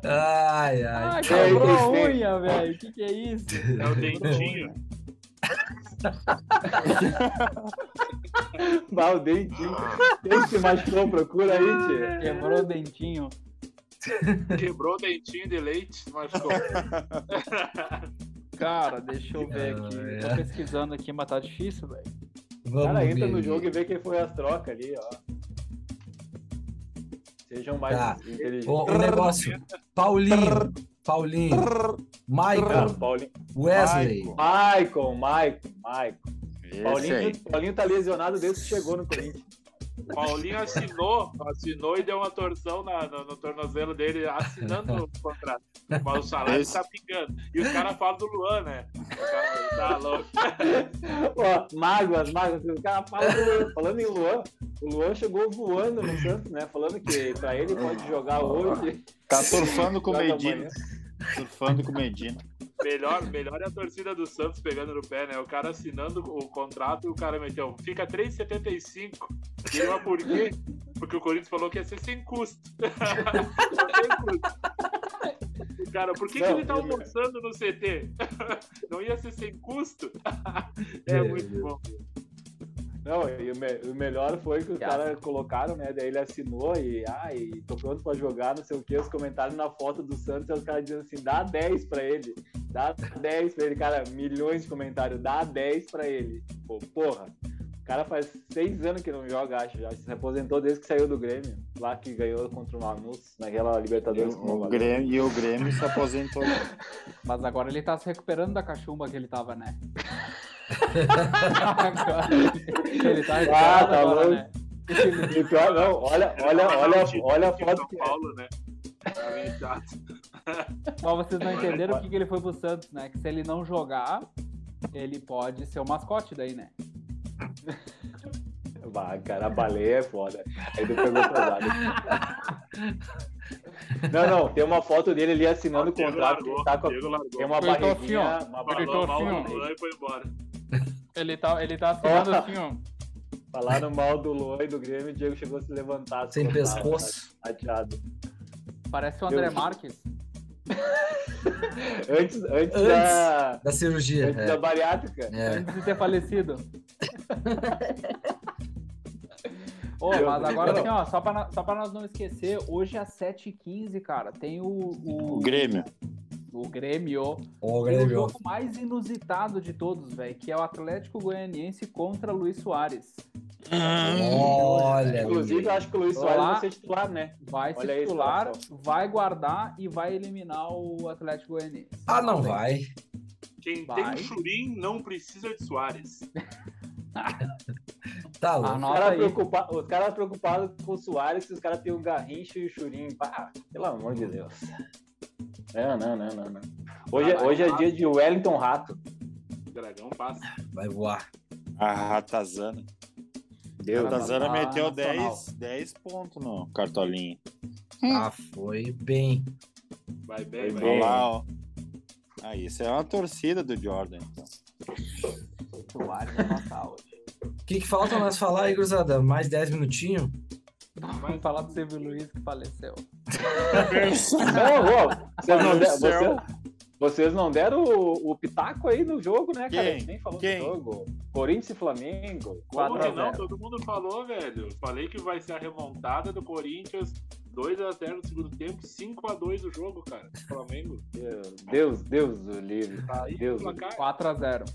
Speaker 6: Ai, ai.
Speaker 2: Ah,
Speaker 5: quebrou
Speaker 2: quebrou
Speaker 5: a
Speaker 2: a unha, velho. O que, é isso?
Speaker 3: É o
Speaker 4: (laughs)
Speaker 3: dentinho.
Speaker 5: Bah, o dentinho. Quem se machucou, procura aí, tia.
Speaker 2: Quebrou o dentinho.
Speaker 3: Quebrou o dentinho de leite, machucou.
Speaker 2: Cara, deixa eu ver
Speaker 6: Ah,
Speaker 2: aqui.
Speaker 6: é.
Speaker 2: Tô pesquisando aqui, mas tá difícil, velho.
Speaker 5: O
Speaker 6: Vamos
Speaker 5: cara entra
Speaker 6: ver.
Speaker 5: no jogo e vê quem foi as trocas ali, ó. Sejam mais
Speaker 6: Tá.
Speaker 5: inteligentes.
Speaker 6: O, o negócio. Paulinho. Paulinho.
Speaker 5: Não,
Speaker 6: Michael.
Speaker 5: Paulinho.
Speaker 6: Wesley.
Speaker 4: Michael.
Speaker 5: Maicon, Maicon, Maicon.
Speaker 4: Esse aí.
Speaker 5: Paulinho, Paulinho tá lesionado desde que chegou no Corinthians. (laughs)
Speaker 3: Paulinho assinou, assinou e deu uma torção na- no, no tornozelo dele, assinando o contrato. Mas o salário
Speaker 4: Esse-
Speaker 3: tá pingando. E os caras falam do Luan, né? O cara tá louco.
Speaker 5: Ó, mágoas, mágoas. O cara fala do Luan. Falando em Luan, o Luan chegou voando no Santos, né? Falando que pra ele pode jogar hoje.
Speaker 4: Tá surfando com o
Speaker 5: joga
Speaker 4: Medina.
Speaker 5: amanhã.
Speaker 4: Surfando com o Medina.
Speaker 6: (laughs)
Speaker 3: Melhor, melhor é a torcida do Santos pegando no pé, né? O cara assinando o contrato e o cara meteu. Fica 3,75. E ele, mas por quê? Porque o Corinthians falou que ia ser sem custo. (laughs) sem custo. Cara, por que, que
Speaker 5: Não,
Speaker 3: ele tá
Speaker 5: eu-
Speaker 3: almoçando no CT? (laughs) Não ia ser sem custo? (laughs) É
Speaker 6: Meu
Speaker 3: muito bom.
Speaker 5: Não, e o, me- o melhor foi que os
Speaker 2: Piada.
Speaker 5: caras colocaram, né? Daí ele assinou e, ai, tô pronto pra jogar, não sei o que. Os comentários na foto do Santos, aí os caras dizendo assim: dá 10 pra ele, dá 10 pra ele. Cara, milhões de comentários, dá 10 pra ele. Pô, porra, o cara faz 6 anos que não joga, acho já. Se aposentou desde que saiu do Grêmio, lá que ganhou contra o Manus, naquela Libertadores. com o
Speaker 4: O
Speaker 5: Manus.
Speaker 4: Grêmio, e o Grêmio se aposentou.
Speaker 2: Mas agora ele tá se recuperando da cachumba que ele tava,
Speaker 6: (laughs)
Speaker 2: né? ele tá
Speaker 5: Ah,
Speaker 2: recuperado
Speaker 5: tá
Speaker 2: agora,
Speaker 5: louco.
Speaker 2: né?
Speaker 5: E pior, não, olha, olha, olha, olha a foto
Speaker 3: São
Speaker 5: que
Speaker 3: Paulo, né? Tá meio chato.
Speaker 2: Mas vocês não entenderam o que, que ele foi pro Santos, né? Que se ele não jogar, ele pode ser o mascote daí, né?
Speaker 5: Bah, cara, a baleia é foda. Aí tu pegou pesado. Não, não, tem uma foto dele ali assinando o
Speaker 3: Diego
Speaker 5: contrato.
Speaker 3: largou,
Speaker 5: ele tá com a-
Speaker 3: Diego largou.
Speaker 5: Tem uma
Speaker 2: Ele tá
Speaker 5: barriguinha,
Speaker 2: assim,
Speaker 5: uma barriga.
Speaker 3: Falou
Speaker 2: Gritou
Speaker 3: mal
Speaker 2: assim,
Speaker 3: do
Speaker 2: ó.
Speaker 3: Luan e foi embora.
Speaker 2: Ele tá, ele tá assinando assim, ó.
Speaker 5: Falaram mal do Luan e do Grêmio, o Diego chegou a se levantar. se
Speaker 6: Sem
Speaker 5: levantar,
Speaker 6: pescoço.
Speaker 5: tá chateado.
Speaker 2: Parece o André
Speaker 5: Eu-
Speaker 2: Marques.
Speaker 5: Antes, antes,
Speaker 6: Antes.
Speaker 5: da,
Speaker 6: Da cirurgia.
Speaker 5: antes da
Speaker 6: É.
Speaker 5: bariátrica.
Speaker 6: É.
Speaker 2: Antes de ter
Speaker 6: (laughs)
Speaker 2: falecido. Ô,
Speaker 5: Meu
Speaker 2: mas
Speaker 5: Deus.
Speaker 2: agora assim, ó, só pra, no- só pra nós não esquecer, hoje às 7h15, cara, tem o, o,
Speaker 4: O Grêmio.
Speaker 2: o Grêmio.
Speaker 6: O é
Speaker 2: Tem o
Speaker 6: Grêmio.
Speaker 2: jogo mais inusitado de todos, velho, que é o Atlético Goianiense contra Luiz Soares.
Speaker 6: Olha.
Speaker 5: Inclusive, eu acho que o Luiz
Speaker 2: Olá.
Speaker 5: Soares vai ser titular, né?
Speaker 2: Vai se
Speaker 5: Olha aí,
Speaker 2: titular,
Speaker 5: situação.
Speaker 2: vai guardar e vai eliminar o Atlético Goianiense.
Speaker 6: Ah, não vai.
Speaker 3: Quem
Speaker 2: Vai.
Speaker 3: tem Churim não precisa de Soares.
Speaker 6: Tá louco.
Speaker 5: Os
Speaker 2: Anota
Speaker 5: caras
Speaker 2: aí.
Speaker 5: preocupa... os caras preocupados com o Soares, que os caras têm o Garrincha e o Churinho. Ah, pelo amor de Deus. Não, não, não, não. não. Hoje,
Speaker 3: Ah,
Speaker 5: hoje é
Speaker 3: vai.
Speaker 5: dia de Wellington Rato.
Speaker 3: Dragão passa.
Speaker 6: Vai voar.
Speaker 4: A Ratazana.
Speaker 5: Deus.
Speaker 4: A Ratazana
Speaker 2: tá
Speaker 4: meteu
Speaker 2: nacional.
Speaker 4: 10, 10 pontos no cartolinho.
Speaker 6: Ah, foi bem.
Speaker 3: Vai bem,
Speaker 5: Foi
Speaker 3: vai
Speaker 4: Olha
Speaker 3: bem.
Speaker 5: bem.
Speaker 4: lá, ó. Ah, isso é uma torcida do Jordan. Então.
Speaker 2: O Soares vai passar hoje.
Speaker 6: O que, que falta nós falar aí, Cruzada? Mais 10 minutinhos?
Speaker 2: Vamos falar do Silvio Luiz que faleceu.
Speaker 5: Não, ô, vocês, não deram, vocês- vocês não deram o, o pitaco aí no jogo, né, cara?
Speaker 8: Quem?
Speaker 5: A gente nem falou
Speaker 8: Quem?
Speaker 5: do jogo. Corinthians e Flamengo.
Speaker 3: Como que não?
Speaker 5: 4x0.
Speaker 3: Todo mundo falou, velho. Falei que vai ser a remontada do Corinthians. 2x0 no segundo tempo, 5x2 o jogo, cara. do Flamengo.
Speaker 5: Deus, Deus do livre.
Speaker 3: Tá aí
Speaker 5: Deus.
Speaker 3: o placar.
Speaker 2: 4x0.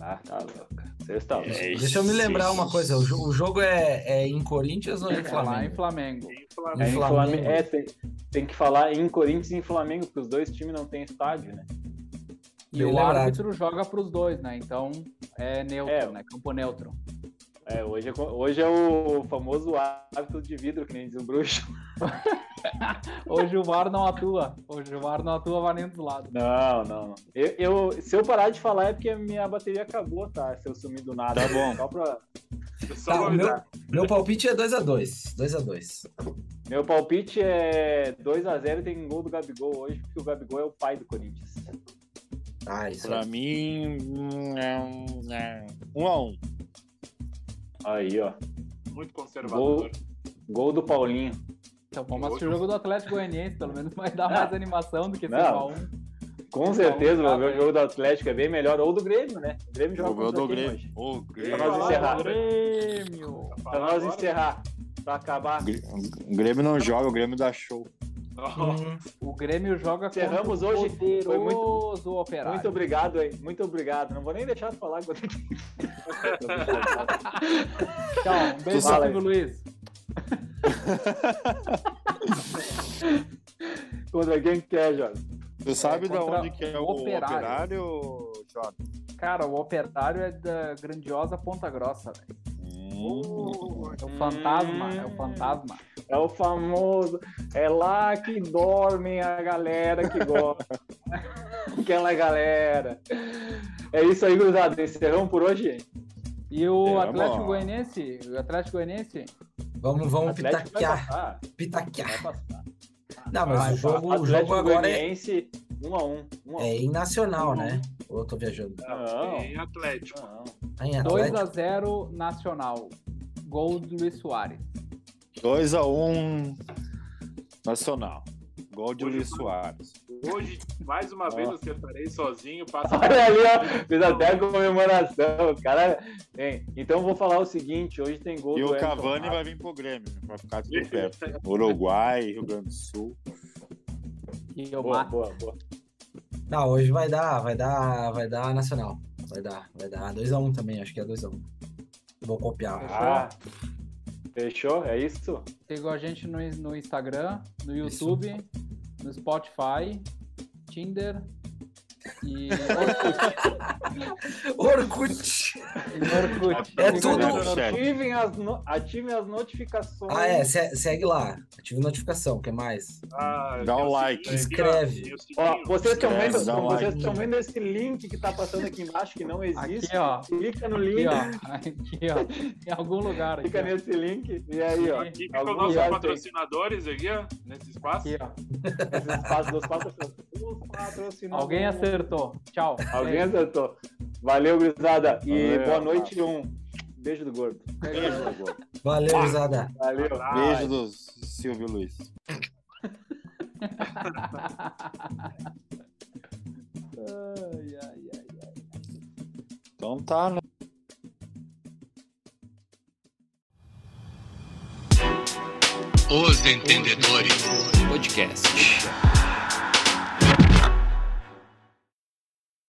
Speaker 5: Ah, tá louco. Vocês
Speaker 4: É
Speaker 5: estão loucos.
Speaker 6: Deixa eu me lembrar uma coisa. O, jo- o jogo é, é em Corinthians ou é em
Speaker 2: É lá em
Speaker 6: Flamengo?
Speaker 2: Flamengo.
Speaker 3: Tem
Speaker 5: É,
Speaker 3: Flamengo.
Speaker 5: em
Speaker 6: Flamengo.
Speaker 5: Flamengo. É, tem, tem que falar em Corinthians e em Flamengo, porque os dois times não têm estádio, né?
Speaker 2: E
Speaker 6: Bem
Speaker 2: o
Speaker 6: lembrado.
Speaker 2: árbitro joga pros dois, né? Então é neutro,
Speaker 5: É.
Speaker 2: né? Campo neutro.
Speaker 5: É, hoje, é, co- hoje é o famoso hábito de vidro, que nem diz o bruxo. (laughs)
Speaker 2: Hoje o VAR não atua. Hoje o VAR não atua, vai nem dos lados.
Speaker 5: Não, não, não. Eu, eu- se eu parar de falar é porque minha bateria acabou, tá? Se eu sumir do nada. Tá bom. Só pra,
Speaker 3: Só
Speaker 6: Tá,
Speaker 3: vou
Speaker 6: o meu,
Speaker 3: avisar.
Speaker 6: meu palpite é 2x2. 2x2.
Speaker 5: Meu palpite é 2x0 e tem gol do Gabigol hoje, porque o Gabigol é o pai do Corinthians.
Speaker 6: Ah, isso
Speaker 8: Pra
Speaker 6: aí.
Speaker 8: mim, hum, é um, é um a um.
Speaker 5: Aí, ó.
Speaker 3: Muito conservador.
Speaker 5: Gol do Paulinho.
Speaker 2: Então vamos assistir o jogo do Atlético Goianiense, pelo menos (laughs) vai dar mais animação do que
Speaker 5: Não.
Speaker 2: 5x1.
Speaker 5: Com certeza,
Speaker 2: Paulo,
Speaker 5: vou
Speaker 2: tá
Speaker 5: ver o jogo do Atlético, é Então, bem melhor. Ou do Grêmio, né? O Grêmio joga
Speaker 4: O gol
Speaker 5: contra
Speaker 4: do
Speaker 5: quem
Speaker 4: Grêmio.
Speaker 5: hoje?
Speaker 8: O
Speaker 5: Pra
Speaker 8: Grêmio.
Speaker 5: nós encerrar.
Speaker 2: Prêmio!
Speaker 5: Pra nós encerrar. Pra acabar.
Speaker 4: Gr- O Grêmio não joga, o Grêmio dá show.
Speaker 6: Hum,
Speaker 2: O Grêmio joga contra
Speaker 5: Encerramos
Speaker 2: o
Speaker 5: hoje. Foi muito-
Speaker 2: poderoso Operário.
Speaker 5: Muito obrigado aí. Muito obrigado. Não vou nem deixar de falar. (laughs)
Speaker 2: Tchau, um beijo,
Speaker 5: Fala aí.
Speaker 2: Silvio Luiz.
Speaker 5: (laughs) Contra quem quer, Jorge.
Speaker 4: Tu sabe da
Speaker 2: contra
Speaker 4: onde que é o
Speaker 2: Operário.
Speaker 4: operário, Jota?
Speaker 2: Cara, o Operário é da grandiosa Ponta Grossa, velho.
Speaker 4: Hum.
Speaker 2: É
Speaker 5: Hum.
Speaker 2: o fantasma, é o fantasma.
Speaker 5: É o famoso. É lá que dormem a galera que
Speaker 6: (laughs)
Speaker 5: gosta. Aquela galera. É isso aí, gurizada. Encerramos por hoje.
Speaker 2: E o
Speaker 4: É,
Speaker 2: Atlético
Speaker 4: amor.
Speaker 2: Goianiense? O Atlético Goianiense?
Speaker 6: Vamos, vamos
Speaker 5: Atlético vai
Speaker 6: pitaquear.
Speaker 5: passar.
Speaker 6: Pitaquear.
Speaker 5: Vai passar.
Speaker 6: Não, mas
Speaker 5: Vai
Speaker 6: o jogo,
Speaker 5: passar.
Speaker 6: o jogo
Speaker 5: Atlético
Speaker 6: agora é,
Speaker 5: Goianiense, um a um. um a um.
Speaker 6: é em Nacional, né? Ou eu tô viajando?
Speaker 5: Não,
Speaker 3: Tem Atlético.
Speaker 5: não.
Speaker 6: É em Atlético.
Speaker 2: 2x0 Nacional. Gol do Luiz Soares.
Speaker 4: 2x1 Nacional. Gol de Luiz Soares.
Speaker 3: Hoje, mais uma vez,
Speaker 4: Ó.
Speaker 3: acertarei sozinho. Passa
Speaker 5: Olha ali, ó. Fez até a comemoração. Cara, hein, Então eu vou falar o seguinte: hoje tem gol
Speaker 4: E
Speaker 5: do
Speaker 4: o
Speaker 5: Everton
Speaker 4: Cavani
Speaker 5: Rato.
Speaker 4: vai vir pro Grêmio, vai ficar tudo perto. Uruguai, Rio Grande do Sul.
Speaker 2: E eu
Speaker 5: Boa,
Speaker 2: mato.
Speaker 5: boa, boa.
Speaker 6: Não, hoje vai dar, vai dar, vai dar Nacional. Vai dar, vai dar 2x1 também, acho que é 2x1. Vou copiar.
Speaker 5: Ah, fechou? É isso?
Speaker 2: Sigam a gente no, no Instagram, no YouTube, no Spotify, Tinder e, e
Speaker 6: Orkut!
Speaker 2: no Orkut.
Speaker 6: É tudo.
Speaker 5: Ativem as, no- ativem as notificações.
Speaker 6: Ah, é, se- segue lá. Ativa a notificação, o que mais?
Speaker 3: Ah,
Speaker 4: Dá
Speaker 3: tem
Speaker 4: um like.
Speaker 3: sininho aqui, ó.
Speaker 6: Escreve.
Speaker 3: Tem o sininho.
Speaker 5: Ó, vocês estão
Speaker 4: Escreve,
Speaker 5: vendo,
Speaker 4: dá um
Speaker 5: vocês
Speaker 4: like.
Speaker 5: estão vendo esse link que tá passando aqui embaixo que não existe?
Speaker 2: Aqui, ó.
Speaker 5: Clica no
Speaker 2: Aqui,
Speaker 5: link,
Speaker 2: ó. Aqui, ó. Em algum lugar. Aqui,
Speaker 5: clica
Speaker 2: ó.
Speaker 5: nesse link e aí, ó.
Speaker 3: Aqui
Speaker 5: Algum
Speaker 3: ficam nossos
Speaker 5: lugar tem
Speaker 3: patrocinadores aqui, ó, nesse espaço.
Speaker 2: Aqui, ó.
Speaker 5: esse espaço dos patrocinadores. Os patrocinadores.
Speaker 2: Alguém acertou. Tchau.
Speaker 5: Alguém acertou. Valeu, gurizada. E
Speaker 4: Valeu,
Speaker 5: boa noite, um. Beijo do gordo.
Speaker 6: Valeu,
Speaker 5: Ah.
Speaker 6: Zada.
Speaker 5: Valeu.
Speaker 4: Beijo do Silvio Luiz.
Speaker 2: (laughs) Ai, ai, ai.
Speaker 4: Então tá, né?
Speaker 1: Os Entendedores Podcast.